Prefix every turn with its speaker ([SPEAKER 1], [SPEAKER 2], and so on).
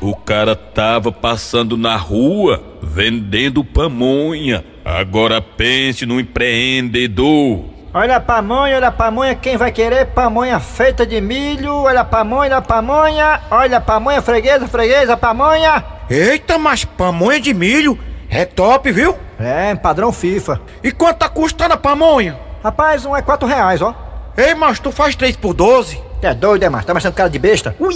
[SPEAKER 1] O cara tava passando na rua vendendo pamonha. Agora pense no empreendedor.
[SPEAKER 2] Olha a pamonha, olha a pamonha, quem vai querer pamonha feita de milho? Olha a pamonha, olha a pamonha, olha a pamonha, freguesa, freguesa, pamonha.
[SPEAKER 3] Eita, mas pamonha de milho é top, viu?
[SPEAKER 2] É, padrão FIFA.
[SPEAKER 3] E quanto tá custando a pamonha?
[SPEAKER 2] Rapaz, um é quatro reais, ó.
[SPEAKER 3] Ei, mas tu faz três por doze?
[SPEAKER 2] É doido, é, mas tá achando cara de besta? Ui!